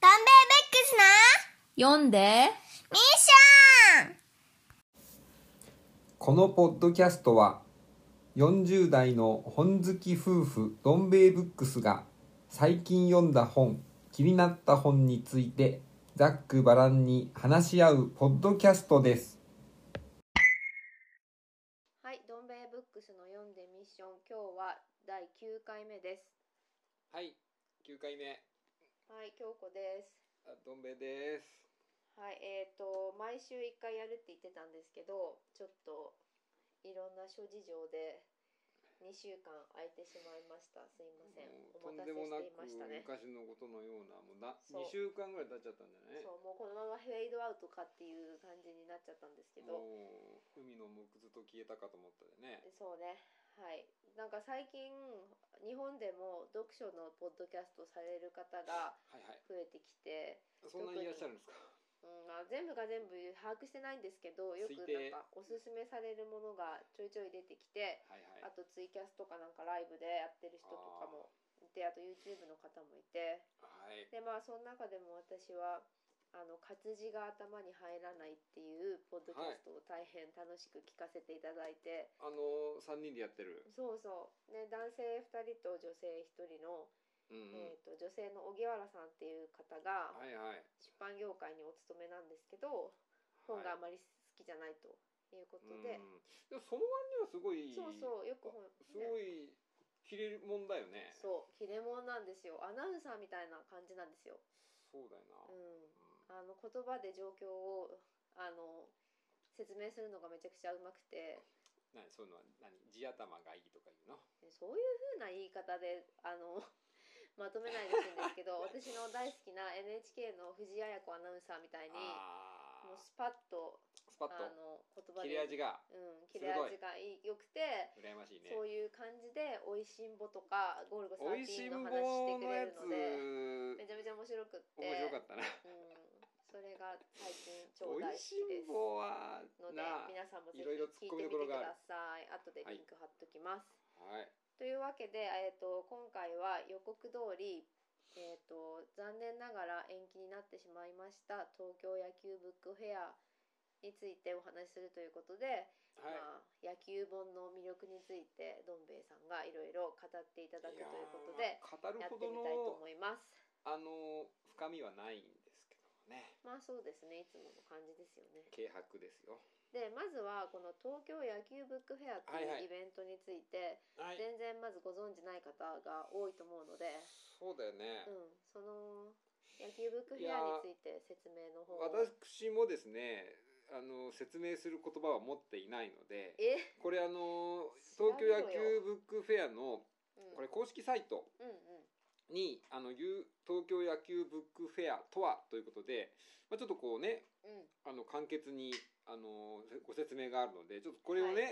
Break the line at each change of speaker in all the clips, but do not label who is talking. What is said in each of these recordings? ダンベー
読んで
ベックスなミッション
このポッドキャストは40代の本好き夫婦どん兵衛ブックスが最近読んだ本気になった本についてざっくばらんに話し合うポッドキャストです
はい、どん兵衛ブックスの読んでミッション、今日は第9回目です。
はい9回目
はい、京子です。
どん兵衛です
はい、えーと、毎週1回やるって言ってたんですけど、ちょっといろんな諸事情で2週間空いてしまいました。すいません。お待たせしていましたね。
昔のことのようなもうな
そう
週間ぐらい経っちゃったんじ
そう、もうこのままフェードアウトかっていう感じになっちゃったんですけど。
もう海の木ずと消えたかと思ったでね
そうねはいなんか最近日本でも読書のポッドキャストされる方が
はいはい
増えてきて
そんなにいらっしゃるんですか
うんまあ、全部が全部把握してないんですけどよく
推定
なんかおすすめされるものがちょいちょい出てきて、
はいは
あ
い
とツイキャスとかなんかライブでやってる人とかもいてあと YouTube の方もいて
はい
でまあその中でも私はあの活字が頭に入らないっていうポッドキャストを大変楽しく聞かせていただいて、
あの3人でやってる
そうそう、ね、男性2人と女性1人
う
の、
んうん
えー、と女性の荻原さんっていう方が
はいはい
出版業界にお勤めなんですけど、本があまり好きじゃないということ
はい
で、
うんでもその割にはすごい
そうそうよく本
すごい切れるもんだよね
そう切れ者なんですよアナウンサーみたいな感じなんですよ、
そうだよな、
うん、
う
あの言葉で状況をあの説明するのがめちゃくちゃうまくて
ん何そういうのは何地頭がいいとか言うの
そういう風な言い方であの まとめないでほしいんです けど私の大好きな NHK の藤あや子アナウンサーみたいに
あ
もう
あ
スパッと
スパッ
あ
と
の言葉
切
で
れ味が
うん、切れ味がいいよくて
羨ましいね
そういう感じで「おいしんぼ」とか「ゴルゴ
おいし
13」
んぼ
の
の
話してくれ
や
る
つ
のでめちゃめちゃ面白くって
面白かったな
うん、それが最近超
お
大
い
好
し
きで
ん
す
ぼは
ので
な
皆さんもぜひ
いろいろ
聞
突
い
って込みど
みて
ころ
く
がある
ださい後でリンク貼っときます、
はい
というわけで、えー、と今回は予告通り、えー、と残念ながら延期になってしまいました東京野球ブックフェアについてお話しするということで、
はい
まあ、野球本の魅力についてどん兵衛さんがいろいろ語っていただくということ
い
で
や
や
ー
っ
語
て
る
み
ほど
たいと
の
思います。
あの深みはないんですけどね
まあそうですねいつもの感じですよね。
軽薄ですよ
でまずはこの東京野球ブックフェアって
はいはい
いうイベントについて、
はい
全然まずご存じない方が多いと思うので、
そうだよね、
うん、その野球ブックフェアについて説明の方を
私もですねあの説明する言葉は持っていないので
え、
これあの
調
東
べ
京
ろ
野
よ
球ブックフェアの
うん、
これ公式サイト
うんうん
にあのゆ東京野球ブックフェアとはということで、まあ、ちょっとこうね
うん
あの簡潔にあのご説明があるのでちょっとこれをね、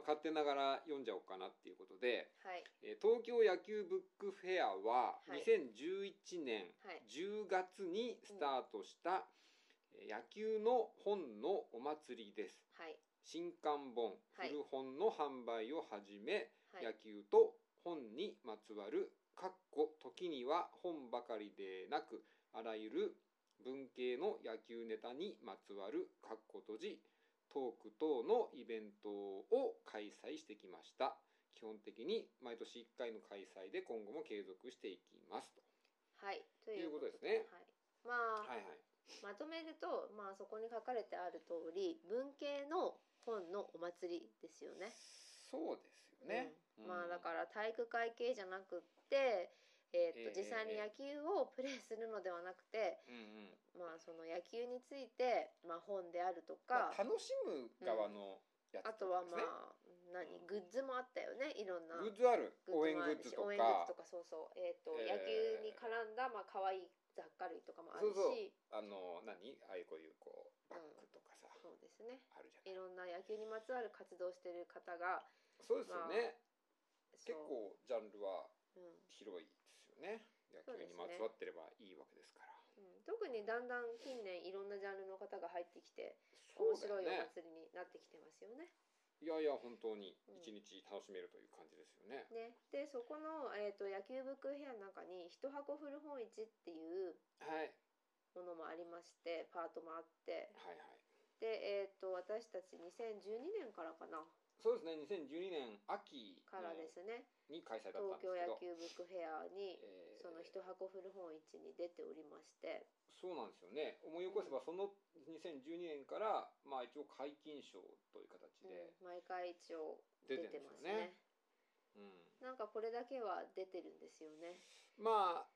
まあ、勝手ながら読んじゃおうかなっていうことで、
はい
えー東京野球ブックフェアは
はい
2011年
はい
10月にスタートしたえー野球の本のお祭りです
はい
新刊本
はい
古本の販売をはじめ、
はい
野球と本にまつわるかっこ時には本ばかりでなくあらゆる文系の野球ネタにまつわるかっこ閉じトーク等のイベントを開催してきました基本的に毎年1回の開催で今後も継続していきますと
はい
い
というう
こ
ことと
ですね
はいまあ、
はいはい
まとめると、まあ、そこに書かれてある通り文系の本のお祭りですよね。
そうですよね、
うんまあだからら体育会系じゃなくって、えーっと
ええ
実際に野球をプレーするのではなくて、
うんうん
まあ、その野球について、まあ、本であると
ま
か、
あ、楽しむ側のやつ
あ
って
と
こ
は
です
ま
ね
あ何グッズもあったよねいろんな
グッズある
グッズも
応援グ
ある
ッズ
し
とか
応援グッズとかそうそう、えーと
えー
野球に絡んだまあ可愛い雑貨類とかもあるし
そうそうあの何ああいうこういうこうバッグとかさ、
そうですね
あるじゃない
いろんな野球にまつわる活動してる方が
そうですよね、
そ
結
う
構ジャンルは
うん
広いですよね野
そう
球
で
に
すね
まつわってればいいわけですから
うん特にだんだん近年いろんなジャンルの方が入ってきて
そうだ
面白い
よ
お
ね
祭りになってきてますよね。
いやいや本当に
うん
一日楽しめるという感じですよね。
ね、でそこの、えー、と野球部クヘアの中に「一箱古本市」っていう
はい
ものもありましてパートもあって
はいはい。
で、えー、と私たち2012年からかな
そうですね。2012年秋の
からですね
に開催だった
東
んです
京
け
野
ど、
球部クヘアに
えー
その一箱古本市に出ておりまして
そうなんですよね。思い起こせばその2012年からまあ一応解禁賞という形で
うん毎回一応
出
出
て
て
るん
ま
ですすよね
ね。
うん。
なんかこれだけは出てるんですよね
まあ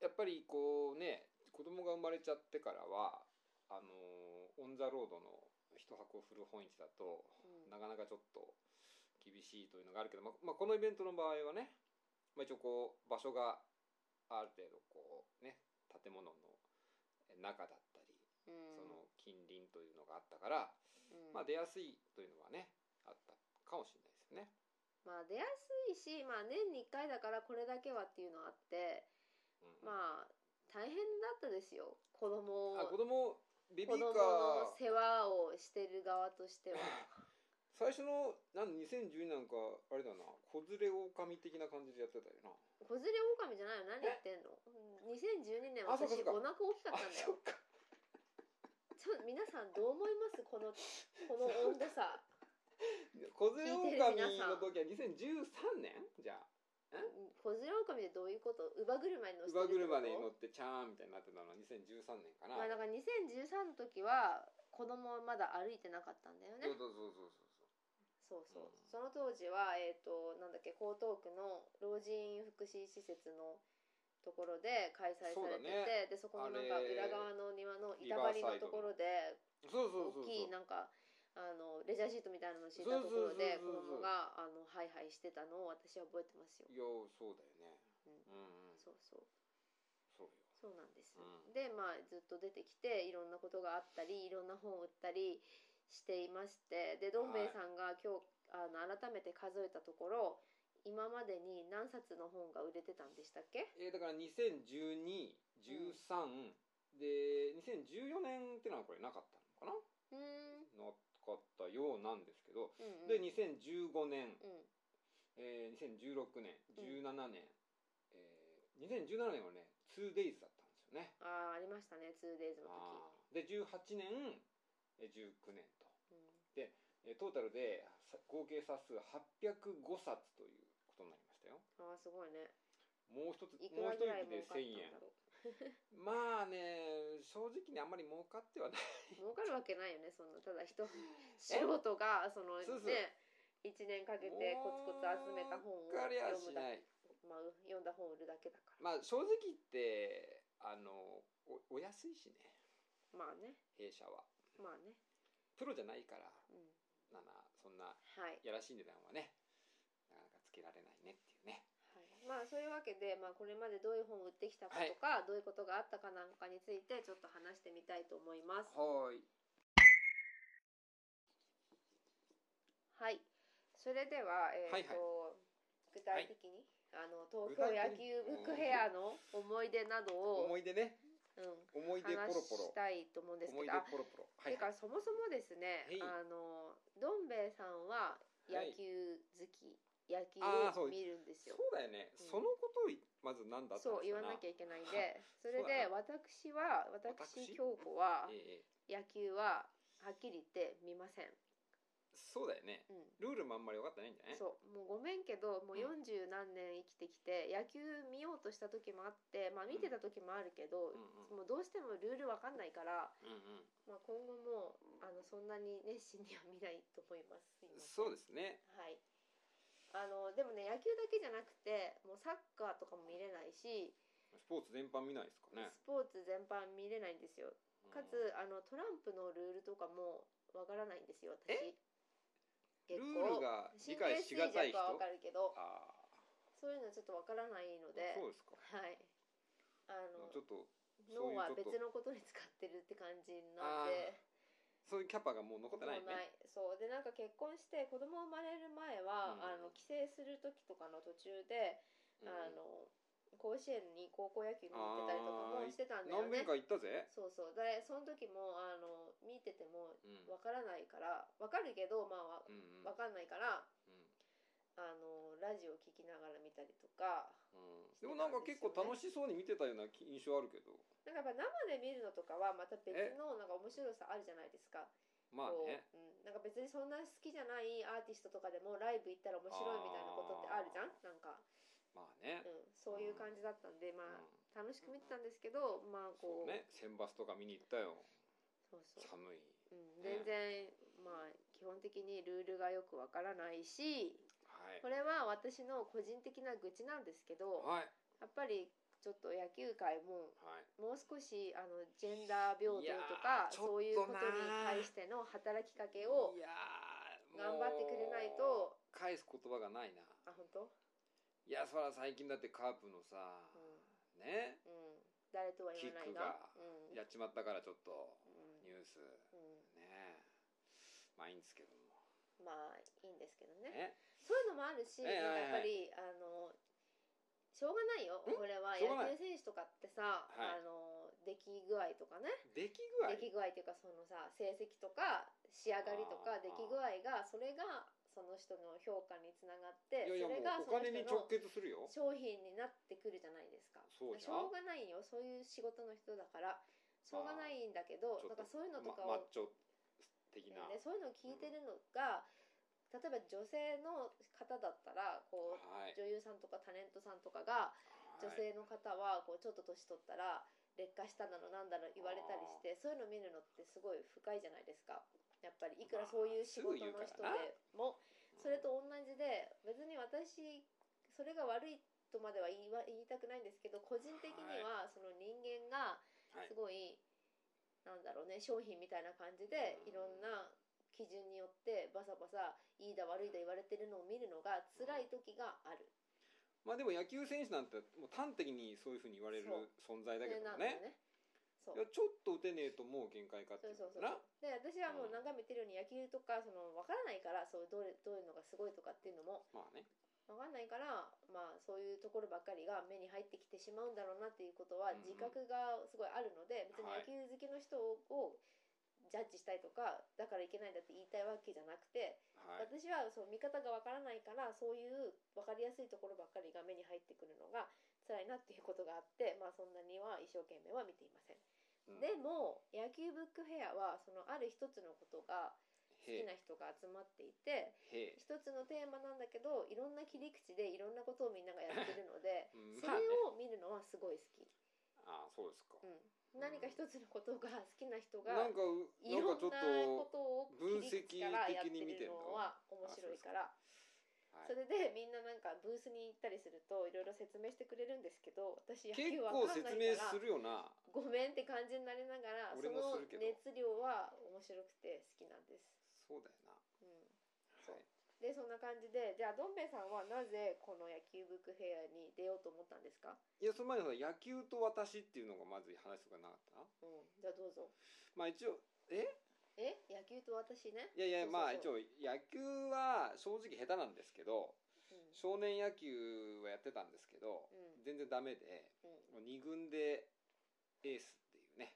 やっぱりこうね子供が生まれちゃってからはあのオン・ザ・ロードの一箱古本市だと
うん
なかなかちょっと厳しいというのがあるけど、ままあ、このイベントの場合はね、まあ、一応こう場所がある程度こうね建物の中だったり
うん
その近隣というのがあったから、
うん
まあ、出やすいというのはねあったかもしれないですよね。
まあ出やすいし、まあ、年に1回だからこれだけはっていうのあって
うん
まあ大変だったですよ子供を
あ子供ベビ
子
ーカ
供の
ー
世話をしてる側として は
最初のなん2012なんかあれだな子連れ狼的な感じでやってたよな
子連れ狼じゃないの何言ってんの2012年
あそうか
私
そうか
お腹大きかったんだよ
っか
ちょ皆さんどう思いますこのこの温度 差
子連れ
聞いてる皆
狼
さん
の時は2013年じゃあ
うん子連れ狼でどういうこと乳母車に乗せて
馬車
るってこと
で乗ってチャーンみたいになってたのは2013年かな、
まあだから2013の時は子供はまだ歩いてなかったんだよね
そうそうそうそう
そうそう、
うん
その当時は、えー、となんだっけ江東区の老人福祉施設のところで開催されて
そ
て
うだ
でそこのなんか
あれ
裏側の庭の
リ
板
バー
張り
サ
の
イド
ところで
そうそうそうそう
大きいなんかあのレジャーシートみたいなのを敷いたところで
そうそうそう
子
そう
供があのハイハイしてたのを私は覚えてますよ。
いやそうだよね
うん
うんうん
そうそう
そうよ
そうなんです、
うん
でまあずっと出てきていろんなことがあったりいろんな本を売ったりしていましてでどん兵衛さんが今日あの改めて数えたところ今までに何冊の本が売れてたんでしたっけ
えーだから201213、で2014年ってのはこれなかったのか
うーん
ななかったようなんですけど、
うんうん
で2015年、
うん
えー、2016年
うん
17年、えー、2017年はね 2days だったんですよね
ああありましたね 2days の
あーで18年、えー、19年と、
時、うん
えートータルでさ合計冊数805冊ということになりましたよ
ああすごいね
もう一つ
いく
もう
ら
一
ぐらい
息
儲
で
かったん
1000円
だろ
まあね正直にあんまり儲かってはない
う儲かるわけないよねそんなただ 人仕事がその
そうそう
ね1年かけてコツコツ集めた本を
儲かりゃ
読
し
むだ
な
け
い
まあ、う読んだ本を売るだけだから。
まあ正直言ってあのおお安いしね
まあね、
弊社は
まあね。
プロじゃないから
うん。
ななそんな
はい。
やらしい値段はねなかなかつけられないねっていうね
はい、まあ、そういうわけで、まあ、これまでどういう本を売ってきたかとか、どういうことがあったかなんかについて、ちょっと話してみたいと思います。
はい
はい。それでは、え
はい
っ、
はい
と、具体的に、あの、東
具体
京野
的に
球部クヘアの思い出などを、
思い出ね
うん、
思い出ポ
話
ロポロ
したいと思うんです
思
け
い
ど、
出
あ、
ポロポロは
て
いは
か、
い
そもそもですね
はい、
あの、どん兵衛さんは野球好き、野球
あーそ
を
う
見るんです
そう
よ。
だよね、
うん
そのことをいまず何だった
そう言わなきゃ
ゃ
いけないん でそれ
そうだ
で
な
私は
私
私京子は
ええ
野球ははっきり言って見ません、
そうだよね
うん、
ルールもあんまり分かってないんじゃない
そうもうごめんけどもう
うん
40何年生きてきて野球見ようとした時もあってまあ見てた時もあるけど
うん、うん
もうどうしてもルールわかんないから、
うん
まあ、今後もあのそんなに熱心には見ないと思いますすいま
うん、
せん
そうですね
はいあのでもね野球だけじゃなくてもうサッカーとかも見れないし
スポーツ全般見ないですかね
スポーツ全般見れないんですよかつ
うん
あのトランプのルールとかもわからないんですよ私
え
結
ルール
構
が理
神
解
経
し
衰
がたい
弱
人
はわかるけど
あ
そういうのちょっとわからないの
あ
で
そうですか
はいあの
ちょっとそういう
脳は
ちょっと
別のことに使ってるって感じなんで
そういうキャパがもう残ってないね
もうそうでなんか結婚して子供生まれる前は、
うん
あの帰省する時とかの途中で、
うん
あの甲子園に高校野球見に行ってたりとかもしてってたんだよ
何遍
ね
か行ったぜ。
そうそうでその時もあの見てても
うん。
わからないからわかるけどまあわ
うんうん。
わかんないから
うん
あのラジオ聞きながら見たりとか
うんでもなんか結構楽しそうに見てたような印象あるけど。
なんかやっぱ生で見るのとかはまた別のなんか面白さあるじゃないですか。
まあ
こう
ね。
うん、なんか別にそんな好きじゃないアーティストとかでもライブ行ったら面白いみたいなことってあるじゃん
あ
なんか、
まあね
う。ん、そういう感じだったんでま
う
あ
ん
楽しく見てたんですけどまあ
そ
こ
う
う
ね。選抜とか見に行ったよ。
そうそう
寒い。
うん、全然まあ基本的にルールがよくわからないし
はい
こ。れは私の個人的な愚痴なんですけど
はい。
やっぱりちょっと野球界も
はい。
もう少しあのジェンダー平等とか
いやーちょっとなー
そういうことに対しての働きかけを
いやー
頑張ってくれない
も
と
う返す言葉がないな
あ本当、
いやそら最近だってカープのさ、ね
うん、誰とは言わない
キック
が
が
うん
やっちまったからちょっと
うん
ニュース
う
ねまあいいんですけども
ん、まあいいんですけどね
ね
そういうのもあるし、
ええ
やっぱりあのしょうがないよ
ん
これは
しょうがな
野
い
球選手とかってさ、
はい
あの出来具合とかね
出来具合
出来具合っていうかそのさ成績とか仕上がりと
あ
か
ー
出来具合がそれがその人の評価につながって
いやいや
それが
もうお
その
金に
人
直
の
結するよ
商品になってくるじゃないですか
そうじ
し
ゃ
ょ
ん
うがないよそういう仕事の人だからしょうがないんだけど
ちょ
な
っ
んかそういうのとか
まマッ
を、
チョ的な、
ね、そういうのを聞いてるのが、例えば女性の方だったらこう
はい
女優さんとかタレントさんとかが女
はい
性の方はこうちょっと年取ったら劣化しただのなんだの言われたりしてそういうの見るのってすごい深いじゃないですかやっぱりいくらそういう仕事
ま
の
あす
人
ぐ言うからな
でもそれと同じで別に私それが悪いとまでは言いわ言いたくないんですけど個人的にはその人間が
はい
すごいなんだろうね商品みたいな感じで
うん
いろんな基準によってバサバサいいだ悪いだ言われてるのを見るのが辛い時がある。
まあでも野球選手なんてもう端的にそういうふうに言われる存在だけど
それなん
も
だよ
ね
ねそう
いやちょっと打てねえともう限界かって
そ
いうう
そうそう
のかな
で私はもう何回も言ってるように野球とかその分からないからそうどれどういうのがすごいとかっていうのも
まあね
分かんないから、まあ、そういうところばっかりが目に入ってきてしまうんだろうなっていうことは
うんうん
自覚がすごいあるので、別に
は
野
い
球好きの人をジャッジしたいとかだからいけないんだって言いたいわけじゃなくて、
はい
私はそう見方が分からないからそういう分かりやすいところばっかりが目に入ってくるのが辛いなっていうことがあって、まあ、そんなには一生懸命は見ていません。
うん
でも野球ブックフェアはそのある一つのことが好
へ
き
え
な人が集まっていて
へえ
一つのテーマなんだけどいろんな切り口でいろんなことをみんながやってるので
うん
それを見るのはすごい好き、
ああそうですか、
うん、何か一つのことが好きな人
な
が
んかう
い
なんか
ろん
ちょっと
なことを
分
切
析
り口からやって
的に見て
る
んの
のは面白いから
はい
それでみんななんかブースに行ったりするといろいろ説明してくれるんですけど私野
結
球わ
構
かん
説
ない
明
から
するよな
ごめんって感じになりながらそ
俺も
の
するけど
熱量は面白くて好きなんです、
そうだよな
うん、
はい
でそんな感じでじゃあどん兵衛さんはなぜこの野球ブックフェアに出ようと思ったんですか、
いやその前にほら野球と私っていうのがまず話とかなかった
うん、じゃあどうぞ
まあ一応え
え野球と私ね、
いやいや
そうそうそう
まあ一応野球は正直下手なんですけど
うん
少年野球はやってたんですけど
うん
全然ダメで
うん
もう二軍でエースっていう ね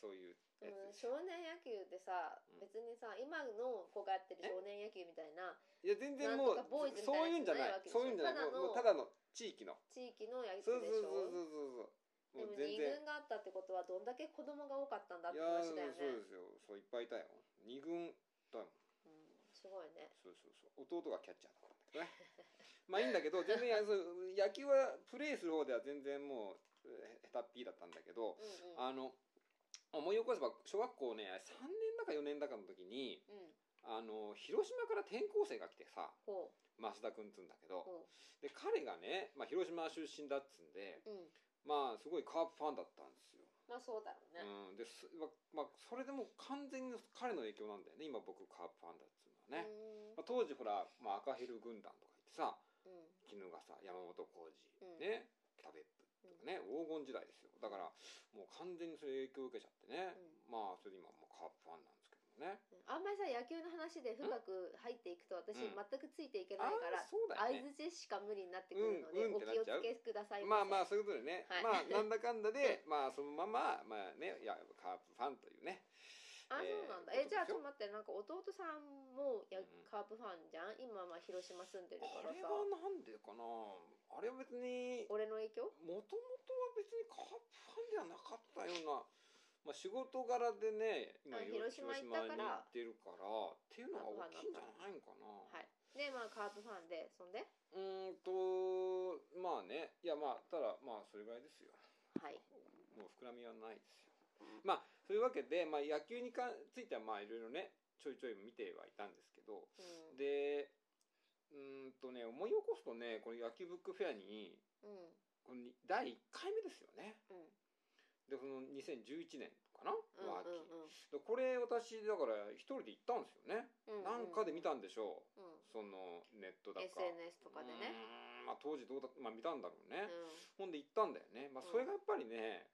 そういうやつ
うん、
でした
少年野球ってさ、
うん
別にさ今の子がやってる少年野球みたいない
や全然もう
なんとかボーイズみた
そうい
いなやつ
うんじゃな
ないわ
い
けでしょ
そういうんじゃないもうもうただの地域のそうそうそうそうそうそうもう
ただの地域の野球でしょでも
全
二
然
軍があったってことはどんだけ子供が多かったんだっ
い
て
や
話
ー
だよ
そうで
ね、
すよそういっぱいいたよ二軍だもん
うん、すごいね
そうそうそう弟がキャッチャーだったんだけどね まあいいんだけど全然やそう野球はプレーする方では全然もうえー下手っぴだったんだけど
うんうん
あの思い起こせば小学校ね3年だか4年だかの時に
うん
あの広島から転校生が来てさ
ほ
増田君っつうんだけ
う
ど
ほ
で彼がね、まあ、広島出身だっつんで
ううん
まあすごいカープファンだったんですよ
まあそうだろうね、
うん、ですままあそれでもう完全に彼の影響なんだよね今僕カープファンだっつうのはね、まあ、当時ほら、まあ、赤ヘル軍団とか言ってさ
うんうん
衣笠山本浩二、
うん
ね北別府とかね黄金時代ですよだからもう完全にそれ影響を受けちゃってね、まあそれで今もうカープファンなんですけどもね
あんまりさ野球の話で深く入っていくと私
う
全
ん
くついていけ
あ
ないから
ーそうだよ
相
ね
づちしか無理になってくるので、
うんうんっ
お
て
気
なっち
をつ
ゃう
けください
まあまあ
せ
そういうことでね、
はい
まあなんだかんだ でまあそのまままあねいやカープファンというね
あ
えー
そうなんだえ
ことでしょ
じゃあちょっと待ってなんか弟さんもや
うん
カープファンじゃん今まあ広島住んでる
あ
から
れ
さ
はなんでかなあれは別にも
俺の影響
ともとは別にカープファンではなかったような、まあ、仕事柄でね今
あ広島行った
広島
から
に行ってるからっていうのは大きいんじゃないのかな、
はいでまあカープファンでそんで
うーんとまあねいやまあただまあそれぐらいですよ
はい
もう膨らみはないですよ。まあそういうわけで、まあ、野球に関ついてはまあいろいろねちょいちょい見てはいたんですけど
うん
でうーんとね思い起こすとねこの野球ブックフェアに
うん
この第1回目ですよね
うん
でこの2011年かな、
うん
の秋
うんうん
でこれ私だから一人で行ったんですよね、
うん
なんかで見たんでしょう
うん
そのネットだか
SNS とかでね
うーんまあ当時どうだまあ見たんだろうね、
う
ほん
ん
で行ったんだよね、まあ、
うん
それがやっぱりね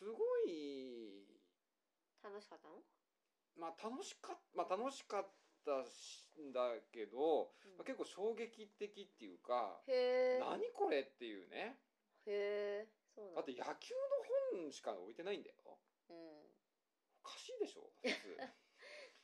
すごい、
楽しかったの
まあ、楽しかっまあ、楽しかったしんだけど、
うん
まあ、結構衝撃的っていうか、
へえ
何これっていうね
へえそう
だっ
なん
て野球の本しか置いてないんだよ
うん
おかしいでしょ普 通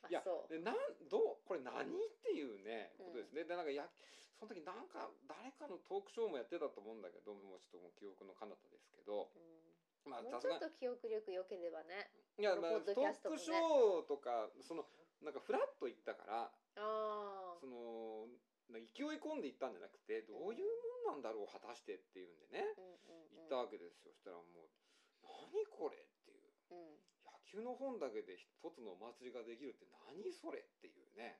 あ
いや
そう
でなんどうこれ何っていうね
うん
ことですね、でなんかやその時なんか誰かのトークショーもやってたと思うんだけどもうちょっともう記憶の彼方ですけど
うん
まあ
もう
さ
ち
す
ょ
が
っと記憶力良ければね
いや
こ
ま
の
あ
ポッド
ト
キャスト
ー
も
ク
ね
ショーとかそのなんかフラッと行ったから
ああ
そのなんか勢い込んで行ったんじゃなくてどういうもんなんだろう果たしてっていうんでね
うんうん
行ったわけですよそしたらもう何これっていう
うんうん
野球の本だけで一つのお祭りができるって何それっていうね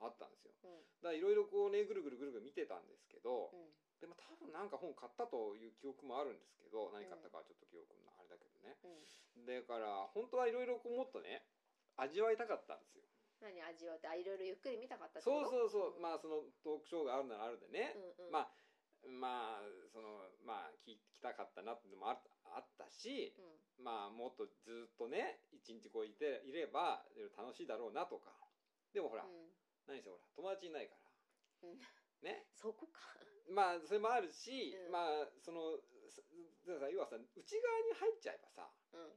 う
あ
ん
ったんですよ
うん
だからいろいろこうねぐるぐるぐるぐる見てたんですけど、
うん
でも多分なんか本買ったという記憶もあるんですけど何買ったかはちょっと記憶のあれだけどね
うん
だから本当はいろいろこうもっとね味わいたかったんですよ
何味わってあいろいろゆっくり見たかったって
そう
う
そうそうまあそのトークショーがあるならあるでね、
んうん
まあまあそのまあ聞きたかったなってのもああったし
う、ん
まあもっとずっとね一日こういていればいろいろ楽しいだろうなとかでもほら、
うん
何せほら友達いないから、
うん
ね
そこか
まあそれもあるし、
うん
まあそのすだからさ要はさ内側に入っちゃえばさ
うん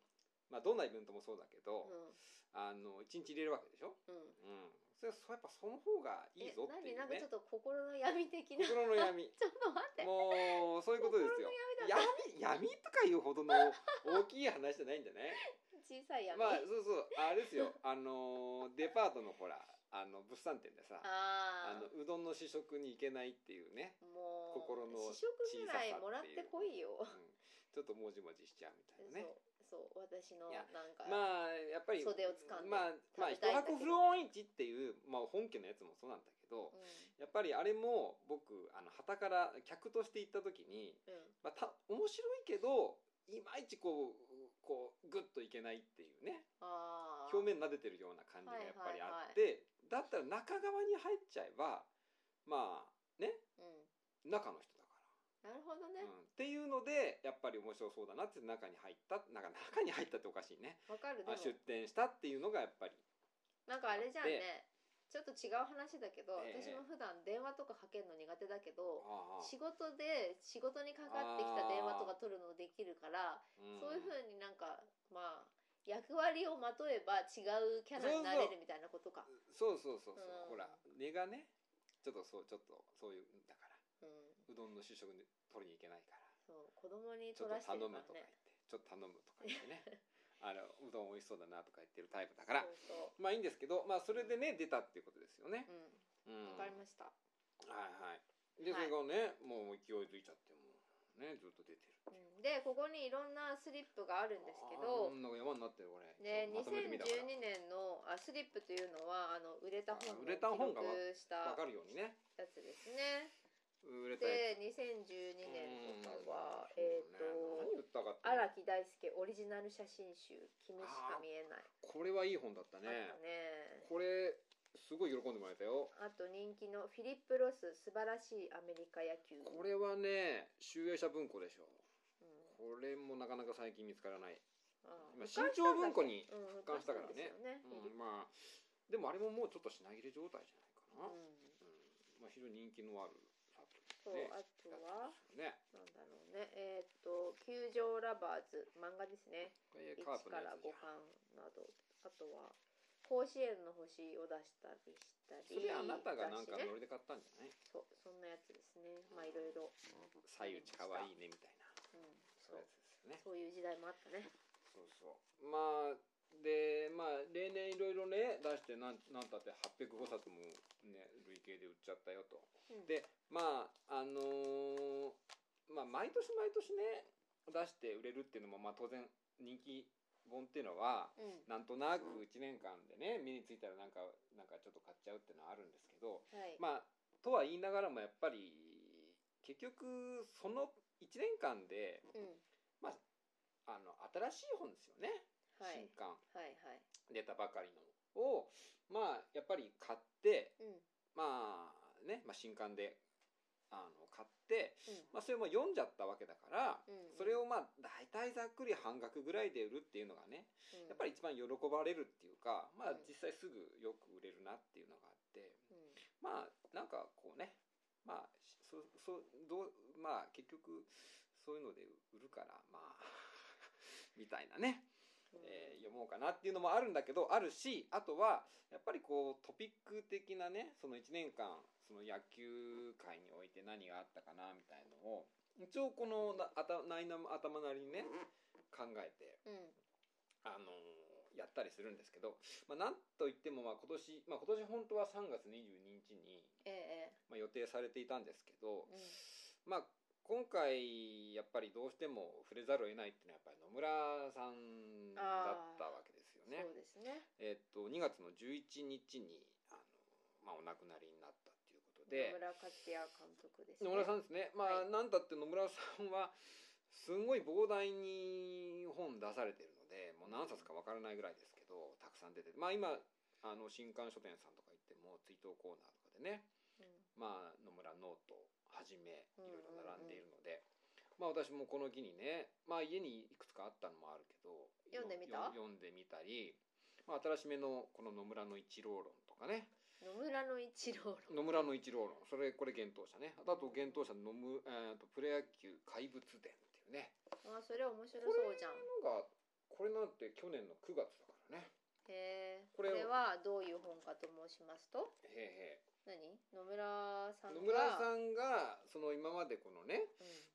まあどんなイベントもそうだけ
う
ど、
ん
あの一日入れるわけでしょ、
うん
うん、それはそうやっぱその方がいい
え
ぞっていう
何なんかちょ
ね
っと心の闇的な ちょっ
心の闇
と待って
もうそういうことですよ
心の闇だっ
闇闇とかいうほどの大きい話じゃないんじゃない
小さい闇、
まあそうそうあれですよあのデパートのほらあの物産展でさあ
ああ
のうどんの試食に行けないっていうね、
もう
心の
試食ぐらいもらってこいよ
うん、ちょっともじもじしちゃうみたいなね
そうそう私の
いや
なんか、
まあやっぱり
袖を掴んで
まあまあ一
食べたいんだ
箱
けど
不音市っていう、まあ、本家のやつもそうなんだけど
うん
やっぱりあれも僕あの旗から客として行った時に、
うん
まあ、た面白いけどいまいちこうこうグッといけないっていうね
ああ
表面撫でてるような感じがやっぱりあって、だったら中側に入っちゃえばまあ
うん
中の人だから。
なるほどね
うん、っていうのでやっぱり面白そうだなって中に入ったなんか中に入ったっておかしいね
わ、かるで
あ
も
出店したっていうのがやっぱり
なんかあれじゃんねちょっと違う話だけど、
ええ
私も普段電話とかかけるの苦手だ
あ
け
あ
ど、仕事で仕事にかかってきた電話とか取るのできるから、
うん
そういうふうになんかまあ役割をまとえば違うキャラになれるみたいなことか
そうそうそうそう、ほ
うん
ら根がねちょっとそうちょっとそういうんだから
うん
うどんの主食に取りに行けないから
そう子供に
ちょ
取
っ
らせ
と
て
頼
る
む
か
とから言っ
ね
てちょっと頼むとか言ってね あのうどん美味しそうだなとか言ってるタイプだから
そう
まあいいんですけどまあそれでね出たっていうことですよね
そう、
うん
うん、わかりました
はいはいで、
は
そ
い
れがねもう勢いづいちゃってもうねずっと出てる
うんでここにいろんなスリップがあるんですけ
あー
ど
なんか山になってるこれ。
で
まとめてみたから
2012年のあスリップというのはあの売れた本
あ
を
売れ
記
た本がわ
録した
わかるようにね。
やつですね
売れたやつ。
で2012年とかは
うん
えっ、
何言ったかって
と荒木大輔オリジナル写真集「君しか見えない」
これはいい本だった
あ
ね。
ったね
これすごい喜んでもらえたよ。
あと人気のフィリップ・ロス「素晴らしいアメリカ野球」
これはね、集英社文庫でしょ。
うん
これもなかなか最近見つからない。
あ
今
ー
新潮文庫に
うん
復刊したからね
ですよね
うん、まあでもあれももうちょっと品切れ状態じゃないかな、うん
うん
まあ、非常に人気のある作品
そう、
ね
あとは、
ね
なんだろうね、えーっと、球場ラバーズ、漫画ですね。
これ
1
カープの
か
や
ら
つじ
5
ゃん
巻など、あとは、甲子園の星を出したりしたり、
それあなたがなんか
雑誌ね
ノリで買ったんじゃない
そう、そんなやつですね。まあ、いろいろ、
左右ちかわいいねみたいな
うん、
そい
そう
ううや、つですよね
そういう時代もあったね。
そうそうまあでまあ例年いろいろね出してなんなんたって805冊もね累計で売っちゃったよと
うん、
でまああのーまあ毎年毎年ね出して売れるっていうのもまあ当然人気本っていうのは
うん、
なんとなく1年間でね目についたらなんかなんかちょっと買っちゃうっていうのはあるんですけど
はい。
まあとは言いながらもやっぱり結局その1年間で
うん、
あの新しい本ですよね、
はい
新、刊
はい、はい。
出たばかりのをまあやっぱり買って
うん、うん、
まあね、まあ、新刊であの買って、まあ、それも読んじゃったわけだから、
うん
それをまあ大体ざっくり半額ぐらいで売るっていうのがねやっぱり、一番喜ばれるっていうか、まあ
うん、
実際すぐよく売れるなっていうのがあって
うん、
まあなんかこうねまあそそどうまあ結局そういうので売るからまあ みたいなね
うん
えー読もうかなっていうのもあるんだけどあるしあとはやっぱりこうトピック的なねその1年間その野球界において何があったかなみたいのを一応このなあたないな頭なりにね考えて、
うん、
あのーやったりするんですけど、まあ、なんといってもまあ今年、まあ、今年本当は3月22日に、
ええ
まあ、予定されていたんですけど、
ええ
まあ今回やっぱりどうしても触れざるを得ないっていうのはやっぱり野村さんだったわけですよ
うん、
ね
そう。ですね。
えっと2月の11日にあの、まあ、お亡くなりになったっていうこと
野
で
村克也監督です、ね。
野村さんですね、まあ
は
なんだって野村さんはすごい膨大に本出されてるのでもう何冊か分からないぐらいですけどたくさん出てまあ今あの新刊書店さんとか行っても追悼コーナーとかでね
うん
まあ、野村ノートはじめい
うんうん
ろ
うん
いろ並んでいるので、まあ私もこの木にね、まあ、家にいくつかあったのもあるけど
読んでみた
よ読んでみたり、まあ、新しめのこの野村の一郎論とかね
野村の一郎
野村の一郎論それこれ幻冬舎ねあとあと幻冬舎の野む、えーとプロ野球怪物伝っていうね
あそれ面白そうじゃん
なんかこれなんて去年の9月だからね
へえ
こ
こ
れ
れ
を
はどういう本かと申しますと
へ
何野村
ー
さ
へー
ん
野村
が
さんがその今までこのね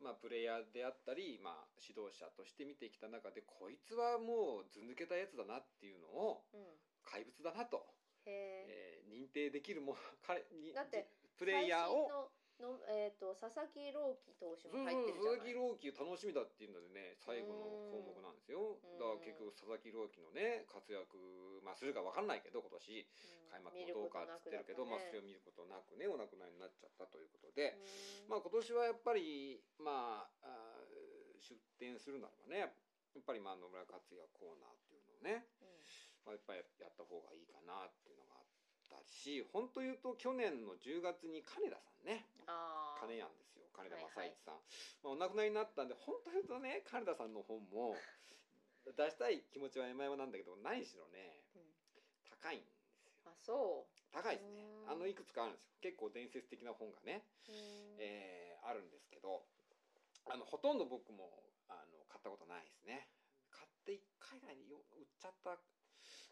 う
まあ、プレイヤーであったり、まあ、指導者として見てきた中でこいつはもうず抜けたやつだなっていうのを
ん、うん、
怪物だなと、
へ
え
え
ー認定できるもの 彼に
だって
じプレイヤーを
最新のの、えー、と佐々木朗希投手
そう
も
そう
入ってるじゃ
佐々
な
木
い
朗希楽しみだっていうのでね最後の項目なんですよ
ん
だから結局佐々木朗希のね活躍、まあ、するか分かんないけど今年
うん
開幕
見
もどうかっつってるけどまあ、それを
るこ
見ることなくねお亡くなりになっちゃったということで
となくだったね、うん
まあ、今年はやっぱり、まあ、あー出展するならばねやっぱりまあ野村克也コーナーっていうのをね、
うん
まあ、やっぱりやった方がいいかなっていうのがあったし本当言うと去年の10月に金田さんね
あー
金やんですよ金田
はい
正一さん、まあ、お亡くなりになったんで本当言うとね金田さんの本も出したい気持ちは山々なんだけど何しろね
うん
高いんですよ
あそ
高いですね
うん
あのいくつかあるんですよ結構伝説的な本がね
う、うん
えーあるんですけどあのほとんど僕もあの買ったことないですね買って1回ぐらいによ売っちゃった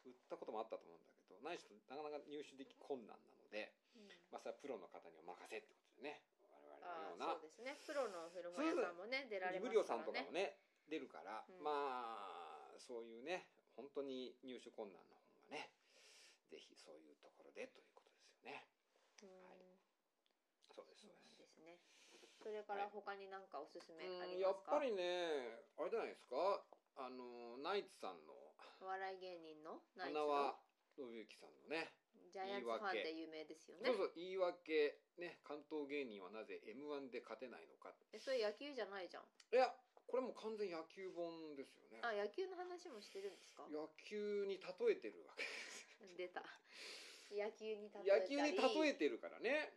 売ったこともあったと思うんだけどないしなかなか入手でき困難なので、
うん
まあ、それはプロの方にお任せってことでね我々
あー
のよ
そうですねプロの振る舞い屋さんもね
うなリブリ
出られます
オ
か
さん
ら
とかもね出るから、まあ
ねうん
そういうね本当に入手困難な本はねぜひそういうところでということですよねはい
うん
そうですそ
そ
うです
うなんですね。それから他に何かおすすめあ
うん
り
や
ま
っ
すか？
ぱりねあれじゃないですかあのナイツさんの
お笑い芸人のナイツ
花
の
輪信之さんのね
ジャイアンツファンで有名ですよ
そ
ね
う。そう言い訳ね関東芸人はなぜ m 1で勝てないのか
えそれ野球じゃないじゃん。
いやこれもう完全野球本ですよね
あ野球の話もしてるんですか？
野球に例えてるわけです
出た。野球に例えた
野球に
り。
例え
え
てるからね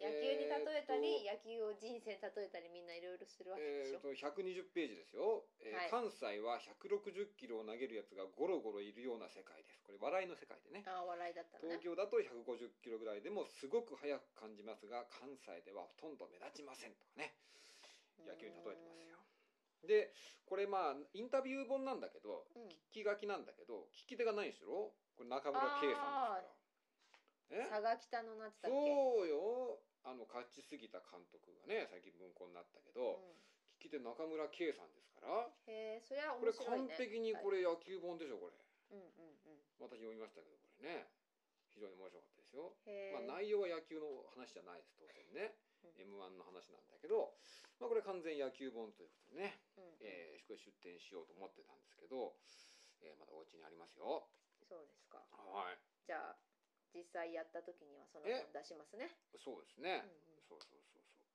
野球に例えたり、
え
野球を人生に例えたりみんないろいろするわけ
え
でし
ー
ょ、
と120ページですよ、えー
はい
関西は160キロを投げるやつがゴロゴロいるような世界ですこれ笑いの世界でね
ああ笑いだったら
東
ね
京だと150キロぐらいでもすごく速く感じますが関西ではほとんど目立ちませんとかね野球に例えてますよでこれまあインタビュー本なんだけど
うん
聞き書きなんだけど聞き手がないんですよこれ中村圭さんです
佐
からえ
賀北の夏だっけ
そうよあの勝ちすぎた監督がね最近文庫になったけ
う
ど、
ん
聞き手中村圭さんですから
へえそれは
これ
面白い
完璧に
ね
これ野球本でしょこれ
うんうんうん
私読みましたけどこれね非常に面白かったですよ
へ
ま
え、
あ、内容は野球の話じゃないです当然ね
うん
m 1の話なんだけど、まあ、これ完全野球本ということでね、
うんうん
えー、これ出展しようと思ってたんですけど、えーまだお家にありますよ
そうですか
はい
じゃあ実際やった時にはその
え
本出しますね、
そうです
うん
ね、
うん
そうそうそうそう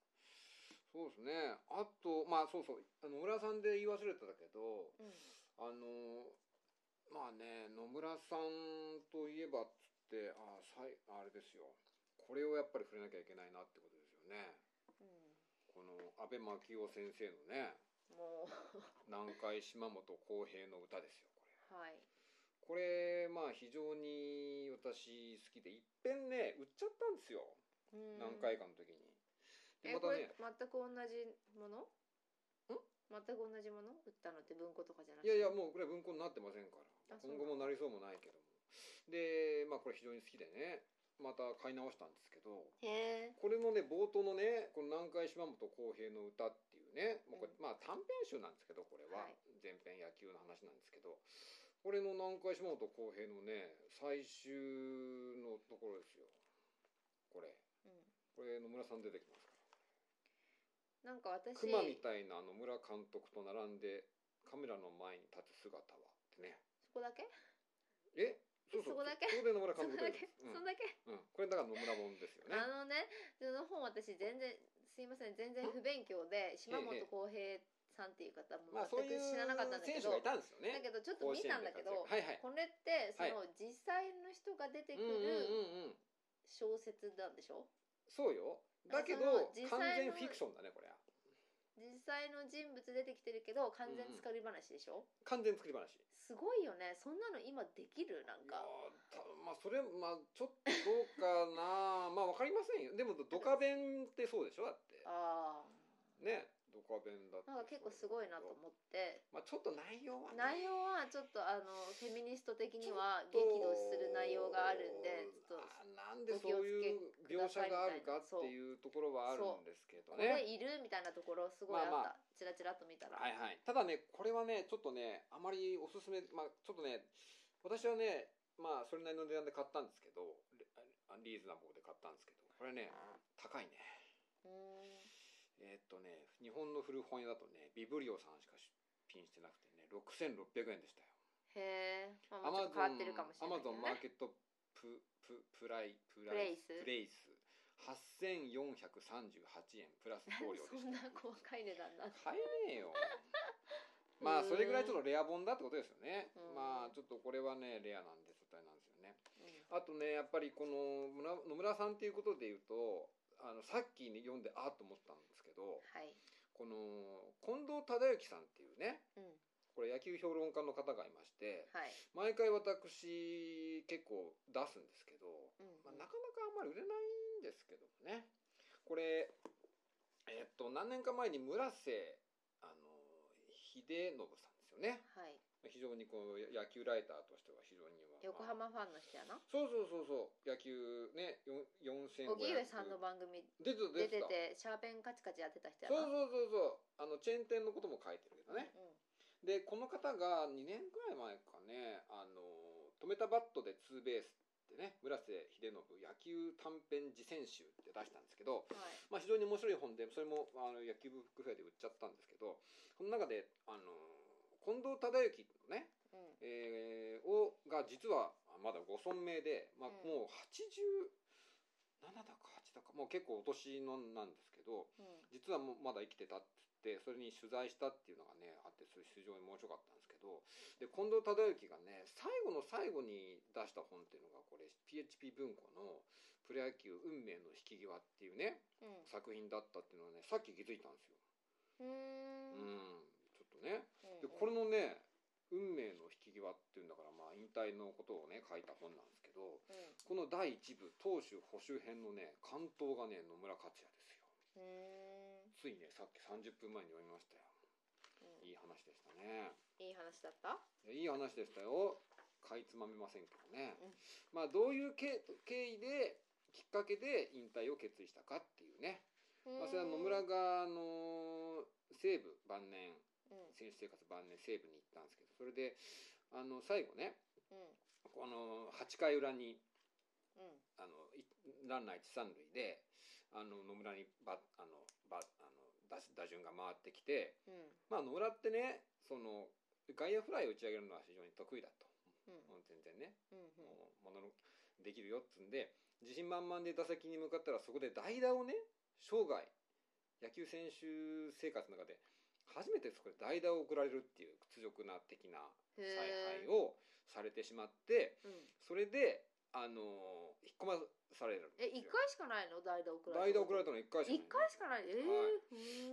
そうですねあとまあそうそうあの野村さんで言い忘れてたけど
うん
あのまあね野村さんといえばっつってあさいあれですよこれをやっぱり触れなきゃいけないなってことですよね
う
この安倍真紀夫先生のね
ん、も
南海島本浩平の歌ですよ
うはい
これこれまあ非常に私好きでいっぺんね売っちゃったんですよ
うん
何回かの時にで
え
ま
こ
た
れ
ね
全く同じもの全く同じもの売ったのって文庫とかじゃな
い
くて
やいやもうこれ文庫になってませんから
あそう
今後もな
なんだ
りそうもないけどもでまあこれ非常に好きでねまた買い直したんですけど
へえ
これのね冒頭のねこの「南海島本浩平の歌」っていうねもうこれ
う
まあ短編集なんですけどこれは、
はい
前編野球の話なんですけどこれの南海島本浩平のね最終のところですよこれ
うん、
これ野村さん出てきますから
なんか私
熊みたいな野村監督と並んでカメラの前に立つ姿はってね
そこだけ
えそうそう
そこだけ
こで野村
そ
監
ん
督
だ
出て
け
き、ます
そんだけ、
うん、うん、これだから野村本ですよね
あのねその本私全然すいません全然不勉強で島本浩平さんっていう方も
まあそうい
全
う
く知らなかったんだけ
選手
ど、
がいたんですよね
だけどちょっと見たんだけど、
甲子園で活躍はいはい
これってその実際の人が出てく
うんうん
る
うんうん
小説なんでしょ
そうよだけ
あそ
ど
の実
完
際
全
の
フィクションだねこれは
実際の人物出てきてるけど完全作り話でしょ、
完全作り話
すごいよねそんなの今できるな
い
ん
や
か
ーたまあそれまあちょっとどうかな まあわかりませんよでもドカ弁ってそうでしょだって
あ
ねドカ弁だって
あなんか結構すごいなと思って
まあちょっと内容はね
内容はちょっとあのフェミニスト的には激怒する内容があるんでちょっと
あなんでそういう
お気
描
をつけ
写
くださいみたいな
があるかっていうところはあるんですけど
こ
ね
れいるみたいなところすごいあった、
まあまあ
チラチラっと見たら、
はいはいただねこれはねちょっとねあまりおすすめまあちょっとね私はねまあそれなりの値段で買ったんですけどレあリーズナブルで買ったんですけどこれね高いね
うーん
えーっとね日本の古本屋だとねビブリオさんしか出品してなくてね6600円でしたよ
へえ、まあ、
ア
もうちょ
マ
っ
ゾン
と変わってるかもしれ
ア
ない
マ
けど
ゾ
ね
ンマーケットプププライプ
プ
プレ
レ
イス8438円プラス送料で
そ
し
ん
た
な細かい値段なんだ
買えねえよまあそれぐらいちょっとレア本だってことですよね
うん
まあちょっとこれはねレアなんでちょっとあれなんですよね
う
あとねやっぱりこの村野村さんっていうことで言うとあのさっき読んでああと思ったんですけど
んはい、
この近藤忠之さんっていうね
うん
これ野球評論家の方がいまして
はい
毎回私結構出すんですけど、
うん
まあ、なかなかあんまり売れないんですけどもねこれえっと何年か前に村瀬あの秀信さんですよね
はい、
非常にこう野球ライターとしては非常にまあ
横浜ファンの人やな
そうそうそうそう野球ねよん4500
荻上さんの番組
出てた出
出
て
て
た
てシャーペンカチカチやってた人や
そうそ
な
うそうそうあのチェーン店のことも書いてるけどね、でこの方が2年ぐらい前かね「あの止めたバットでツーベース」ってね村瀬秀信野球短編自選集って出したんですけど、
うん、はい
まあ、非常に面白い本でそれもあの野球部フェアで売っちゃったんですけどその中であの近藤忠之のね、
うん
えーをが実はまだご存命で、まあ、
うん
もう87だか8だかもう結構お年のなんですけど
うん
実はもうまだ生きてたっつってそれに取材したっていうのがねあってそれ非常に面白かったんですけどで近藤忠之がね最後の最後に出した本っていうのがこれ PHP 文庫のプロ野球運命の引き際っていうね
うん
作品だったっていうのはねさっき気づいたんですよ。
う
うん
うん
んちょっとね
う
で
ん
これのね「運命の引き際」っていうんだから、まあ、引退のことをね書いた本なんですけどこの第1部投手補修編のね関東がね野村克也ですよ
うんうん
ついねさっき30分前に読みましたよいい話でしたね
いい話だった
いやいい話でしたよかいつまめませんけどね、
うん
まあどういう経経緯できっかけで引退を決意したかっていうね、まあ、それは野村
うん
があの西武晩年
うん
選手生活晩年西武に行ったんですけどそれであの最後ね
うん
この8回裏に
うん
あのいランナー一三塁であの野村にバあのバあの打打順が回ってきて、
うん
まあ、野村ってねその外野フライを打ち上げるのは非常に得意だと、
うん
もう全然ね、
うんうん
もうもののできるよっつんで自信満々で打席に向かったらそこで代打をね生涯野球選手生活の中で初めてそこで代打を送られるっていう屈辱な的な
へ
采配
え
をされてしまって。
うん
それで、あのー引っ込まされるんです
え
よ
一回しかないの代打送ら
代
れ
打送られ
た
たの1回しかない
一回しかないええ
はい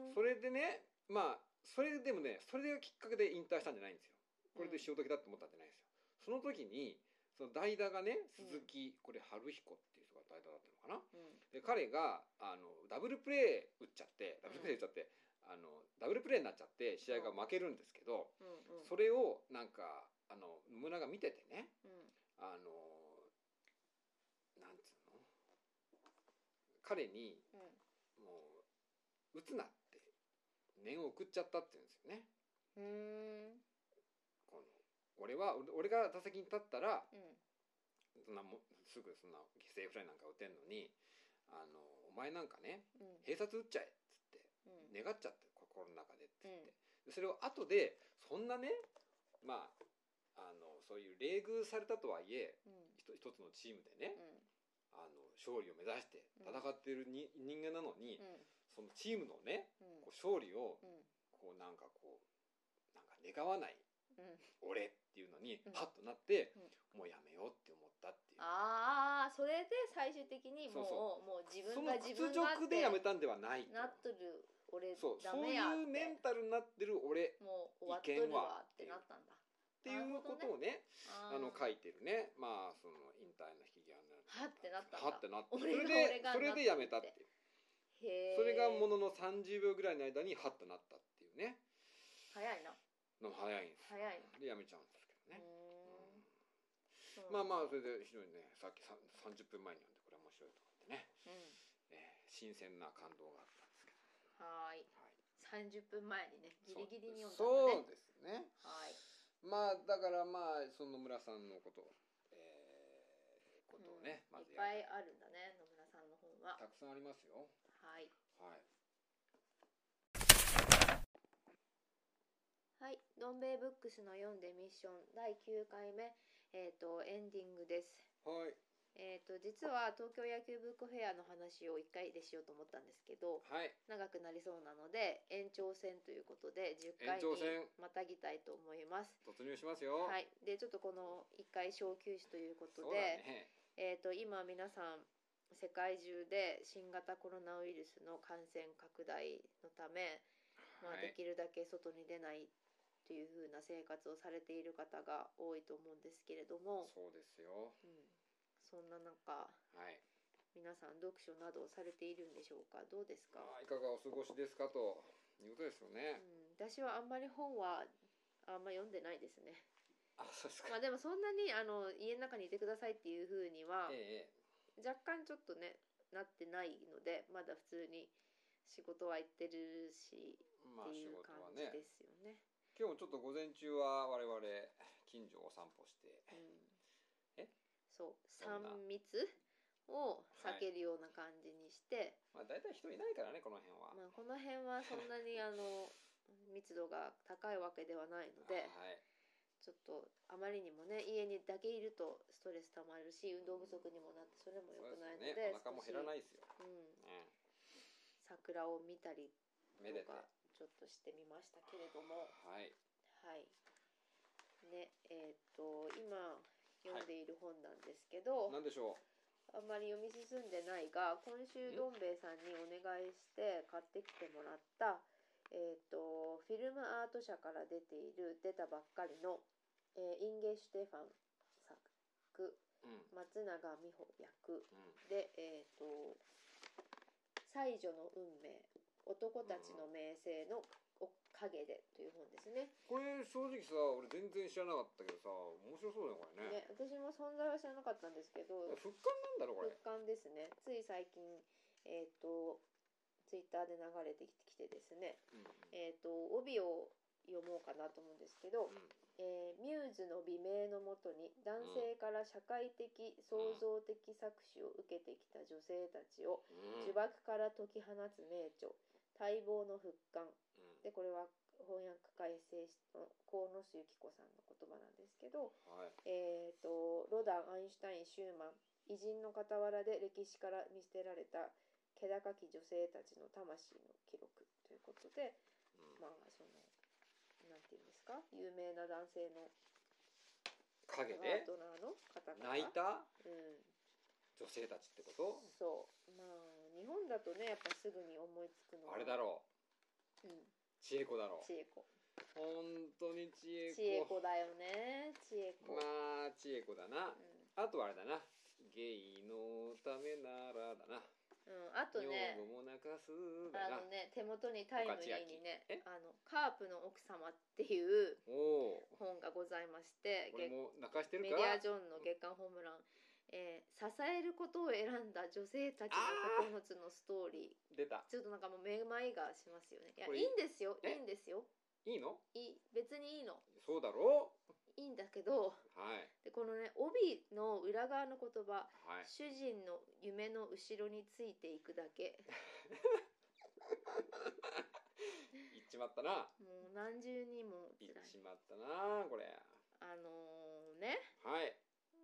うん
それでねまあそれでもねそれがきっかけで引退したんじゃないんですよこれで潮時だって思ったんじゃないんですよ、その時にその代打がね鈴木、これ春彦っていう人が代打だったのかな
うん
で彼があのダブルプレー打っちゃってダブルプレー打っちゃって、あのダブルプレーになっちゃって試合が負けるんですけど、
うんうん
それをなんかあの野村が見ててね、
うん
あのなんつうの彼に
うん
もう打つなって念を送っちゃったって言うんですよね
うーん
この俺は俺俺が打席に立ったら
うん
そんなもすぐそんな犠牲フライなんか打てんのにあのお前なんかね
うん
併殺打っちゃえっつって
うん
願っちゃって心の中でっつって、それを後でそんなねまああのそういう冷遇されたとはいえ
うん
一一つのチームでね、
うん
あの勝利を目指して戦っているに、人間なのに、そ
うん
のチームのね
うん
こう勝利を
うん
こうなんかこうなんか願わない
うん
俺っていうのに
うん
ハッとなって、もうやめようって思ったっていう
ああそれで最終的にも
そうそ
うもう自
そ
分
の
が自分
屈
がっ
辱でやめ
て
たんではない
なっとる俺
そう
ダ
そうい
メや
う
っ
メン
て
タルになってる俺っ
もう終わっとるわってなったんだ
ていうことをね
あ
あの書い
い
てるねまあその引退の引き際になる
はってなったんだ
はってなってそ
俺が
れで
俺が
それでやめたっていう
へえ
それがものの30秒ぐらいの間にハッとなったっていうね
早いな
のが早いんです
早い
でやめちゃうんですけど
な
ね、
うーん
まあまあそれで非常にねさっきさ30分前に読んでこれ面白いと思ってね、
うん
えー新鮮な感動があったんですけ
はーい
ど、はい、
三十分前にねギリギリに読んだ
そう
んだね
ですね
はーい
まあだからまあその野村さんのこと、えーことをね、
うん
ま
いっ
ず
ぱい
や
あるんだね野村さんの本は
たくさんありますよ
はい
はい
はい、どん兵衛ブックスの読んでミッション第9回目、えー、とエンディングです。
はい
えー、と実は東京野球ブックフェアの話を1回でしようと思ったんですけど
はい
長くなりそうなので延長戦ということで10
延
回に
長戦
またぎたいと思います。
突入しますよ、
はい、でちょっとこの1回小休止ということ
そうだね
で、えー、と今皆さん世界中で新型コロナウイルスの感染拡大のためま
は
あ、
い
できるだけ外に出ないというふうな生活をされている方が多いと思うんですけれども、
そうですよ
うん、そんな中
はい
皆さん読書などをされているんでしょうかどうですか、
まあいかがお過ごしですかということですよ
う
ね、
ん、私はあんまり本はあんま読んでないですね。
あそうです
まあでもそんなにあの家の中にいてくださいっていうふうには
ええ
若干ちょっとねなってないのでまだ普通に仕事は行ってるし
まあ
ってい
仕
う
事
感
は
じ
ね
ですよね。
今日もちょっと午前中は我々近所をお散歩して
うん
え
そう
そんな
3密を避けるような感じにして、
まあ大体人いないからねこの辺は、
まあ、この辺はそんなにあの密度が高いわけではないので
はい
ちょっとあまりにもね家にだけいるとストレス溜まるし運動不足にもなってそれも良くないの
そうですよねお腹も減
で、
らないいですよ、
少しうん、
ね、
桜を見たりと
めでて
かちょっとしてみましたけれども。
はい
はい。ね、えっ、と今読んでいる本なんですけど、
何でしょ
あんまり読み進んでないが今週どん兵衛さんにお願いして買ってきてもらった、えー、とフィルムアート社から出ている出たばっかりの、えーインゲ・シュテファン作
うん
松永美穂役
うん
でえっ、と「才女の運命男たちの名声のお影で」という本ですね
これ正直さ俺全然知らなかったけどさ面白そうだよこれね
ね私も存在は知らなかったんですけど
復刊なんだろこれ
復刊ですねつい最近えっ、とツイッターで流れてきてですね
うん
えっ、と帯を読もうかなと思うんですけど、
うん
えーミューズの美名のもとに男性から社会的創造的搾取を受けてきた女性たちを
うん
呪縛から解き放つ名著待望の復刊
うん
でこれは翻訳改正しの河野由紀子さんの言葉なんですけど、
はい
えー、とロダンアインシュタインシューマン偉人の傍らで歴史から見捨てられた気高き女性たちの魂の記録ということで
うん
まあそのなんていうんですか有名な男性の
影
パー
で
トナーの方々
泣いた
うん、
女性たちってこ
そうまあ日本だとねやっぱすぐに思いつくの
とあ
は
れだろ
うん、
う千恵子だろ
千恵子
う本当に千恵子
千恵子だよね千恵子、
まあ千恵子だな
う
あとはあれだなゲイのためならだなん
うん、あとね
女房も泣かすだな
あのね手元にタイムリーにね
え
「あのカープの奥様」っていう
おお
本がございまして
俺
月
も泣かしてる
メ
から
ディア・ジョンの月間ホームラン、えー支えることを選んだ女性たちの9つのストーリ
出た
ーちょっとなんかもうめまいがしますよねいや
こ
い
れ
いんですよい
え
いんですよ
いいの
いい別にいいの
そうだろ
いいんだけど
うはい
でこのね帯の裏側の言葉
はい
主人の夢の後ろについていくだけ
行っちまったな
もう何重にも
行
辛
っ
い
ちまったなこれ
あのーね
はい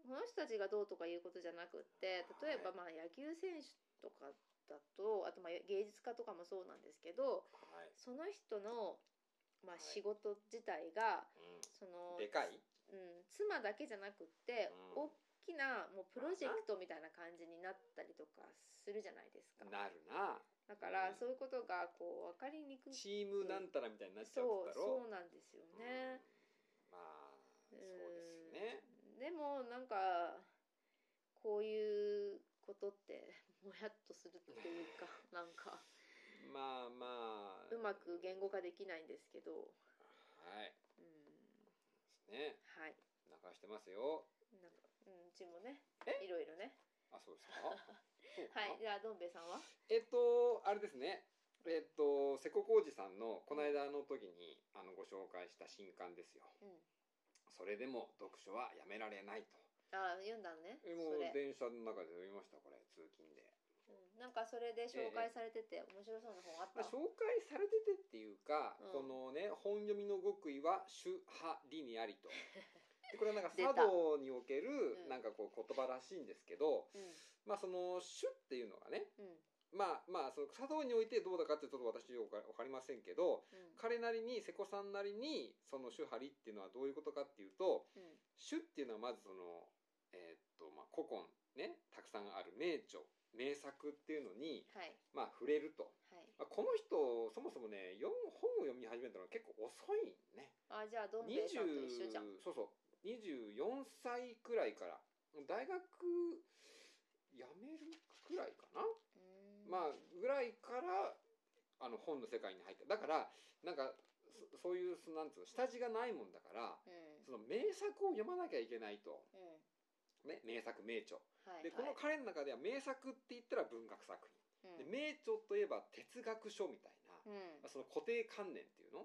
この人たちがどうとかいうことじゃなくって例えばまあ野球選手とかだとあとまあ芸術家とかもそうなんですけど
はい、
その人のまあ
はい
仕事自体が
う
その
ん、でかい
うん、妻だけじゃなくって
うん
大きなもうプロジェクトみたいな感じになったりとかするじゃないですか。
なるな
だから
うん
そういうことがこう分かりにくく
チームなんたらみたいになっちゃう
そ
んだろ
うそうなんですよね。
うんまあそ
ん
うですね
でもなんかこういうことってもやっとするっていう かなんか
まあまあ
うまく言語化できないんですけど、う
はい
ん、
ね
はい
泣かしてますよ
なんか、うん、うちもね
え
いろいろね
あそうです かそうか
はいじゃあどん兵衛さんは
えっとあれですねえっと瀬古浩二さんのこの間の時にあのご紹介した新刊ですよ
うん
それでも読書はやめられないと
あ読んだのね
えも
そうれ、
電車の中で読みましたこれ通勤で、
うん、なんかそれで紹介されてて面白そうな本あっ
まあ、
た、
紹介されててっていうか、
うん
このね本読みの極意は主派理にあり とでこれはなんか
出
茶
た
道におけ
う
る
ん
なんかこう言葉らしいんですけど、まあその主っていうのがね
うんうん
まあまあその茶道においてどうだかってちょっと私よくわかりませんけど
うん
彼なりに瀬古さんなりにその主張りっていうのはどういうことかっていうと
うん
主っていうのはまずそのえーっとまあ古今ねたくさんある名著名作っていうのに
はい
まあ触れると、
はい
まあ、この人そもそもね読む本を読み始めたのは結構遅いね
あじゃあどん兵衛さんと一緒じゃん。
20そうそう24歳くらいから大学辞めるくらいかなまあぐらいからあの本の世界に入っただからなんかそそういうそなんつうの下地がないもんだから
うん
その名作を読まなきゃいけないと、
うん
ね、名作名著
はい
でこの彼の中では名作って言ったら文学作
はい
品で名著といえば哲学書みたいな、
うんう
まあ、
ん
その固定観念っていうの、
う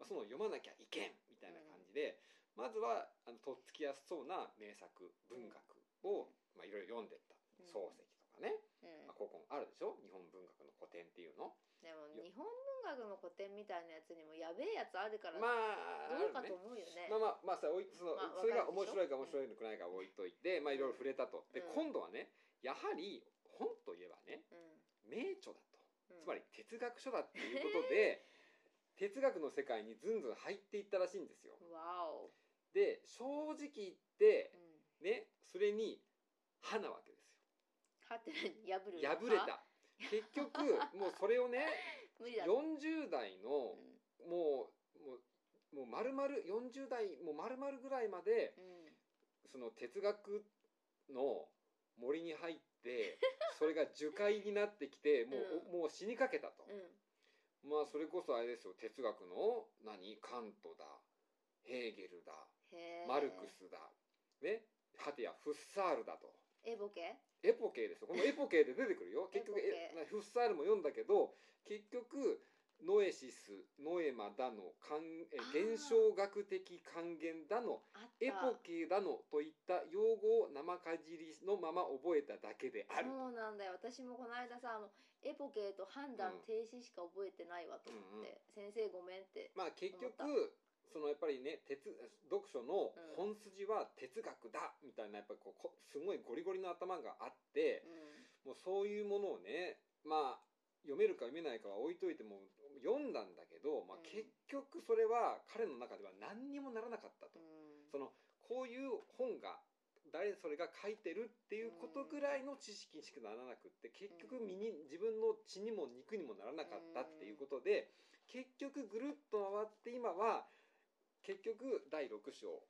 まあ、その読まなきゃいけんみたいな感じで、まずはあのとっつきやすそうな名作文学を、まあ、いろいろ読んでった
うん
漱石とかね、
ん
まあ、古今あるでしょ日本文学の古典っていうの。
でも日本文学の古典みたいなやつにもやべえやつあるから
まあ、
どう
あ
か
る
と
ね
思うよね。
まあまあまあさおいその、
まあ
それが
わかる
面白いか面
でしょ
白くないか置いといて、まあいろいろ触れたとで、
う
今
ん
度はねやはり本といえばね
うん
名著だと
う
つ
ん
まり哲学書だっていうことで、 哲学の世界にずんずん入っていったらしいんですよ
わお。
で正直言って
うん
ねそれに歯なわけですよ
ってない破る
破れた結局もうそれを ね
無理だろ
40代の
うん
もうもうもう丸々40代もう丸々ぐらいまで
うん
その哲学の森に入 ってそれが樹海になってきてもう,
う、ん
もう死にかけたと、
うん
まあそれこそあれですよ哲学の何カントだヘーゲルだ
へー
マルクスだ、ねはてやフッサールだと
エボケ
エポケーですよこのエポケーで出てくる よ結局え
エポ
フッサールも読んだけど結局ノエシスノエマだの還え
あー
現象学的還元だの
あった
エポケーだのといった用語を生かじりのまま覚えただけである。
そうなんだよ私もこの間さあのエポケと判断停止しか覚えてないわと思って、先生ごめんって
まあ結局
思
そのやっぱりね哲読書の本筋は哲学だみたいなやっぱりこうこすごいゴリゴリの頭があって
う、ん
もうそういうものをねまあ読めるか読めないかは置いといても読んだんだけど、まあ
うん、
結局それは彼の中では何にもならなかったと、
うん
そのこういう本が誰それが書いてるっていうことぐらいの知識にしかならなくって結局身に自分の血にも肉にもならなかったっていうことで結局ぐるっと回って今は結局第6章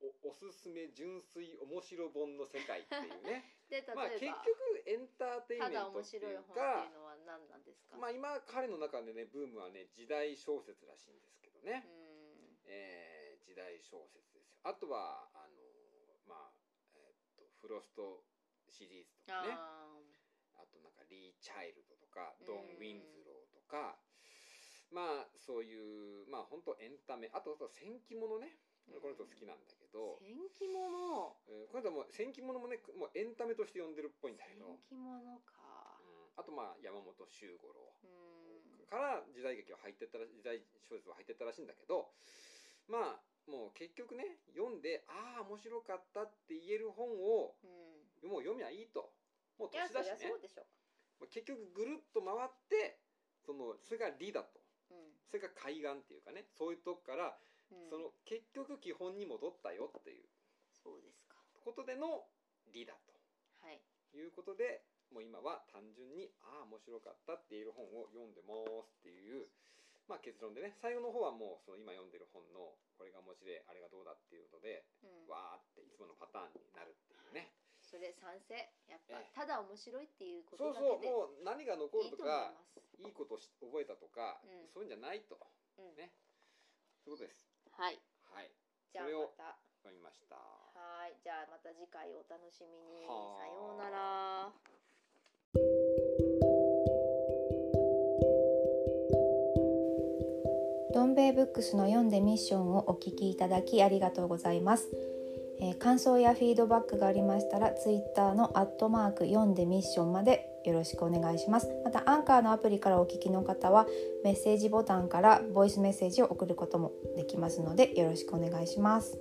おおすすめ純粋面白本の世界っていうね
で例えば、
まあ、結局エンターテイン
た
メン
だ
ト
面
ってい
白いう本って
か
いうのは何なんですか、
まあ、今彼の中でねブームはね時代小説らしいんですけどね
う、ん
えー時代小説ですよあとはあのまあ、えーっとフロストシリーズとかねあ
あー
となんかリー・チャイルドとか
うん
ドン・ウィンズローとか、まあそういうまあ本当エンタメあとあと戦記ものねこの人好きなんだけど、
戦記物
えーこの人もう戦記ものもねもうエンタメとして呼んでるっぽいんだけど、
戦記物か
うんあとまあ山本周五郎
うん
から時代劇は入ってったら時代小説は入ってったらしいんだけどまあもう結局ね読んでああ面白かったって言える本を
うん
もう読みゃいいともう
い
年
やそ
だ
り
し
ゃ
ね
そうでしょ、
まあ結局ぐるっと回ってそのそれが理だと
うん
それが海岸っていうかねそういうとこから、
うん、
その結局基本に戻ったよっていう
そうですか
ことでの理だ
はい
ということでもう今は単純にああ面白かったって言える本を読んでますっていう。まあ、結論でね最後の方はもうその今読んでる本のこれが文字であれがどうだっていうので
うん
わーっていつものパターンになるっていうね
それ賛成やっぱ
ええ
ただ面白いっていうこ
そ
と
う
だ
そう
けでい
もう何が残る
い
と
と思いま
か
す
いいことし覚えたとか、
うん
そういうんじゃないと
うん
ねそういうことです
はい
はい
じゃあ
それを
また
わかりました
はいじゃあまた次回お楽しみにさ
はあ
ようなら
どん兵衛ブックスの読んでミッションをお聞きいただきありがとうございます、えー感想やフィードバックがありましたらツイッターのアットマーク読んでミッションまでよろしくお願いしますまたアンカーのアプリからお聞きの方はメッセージボタンからボイスメッセージを送ることもできますのでよろしくお願いします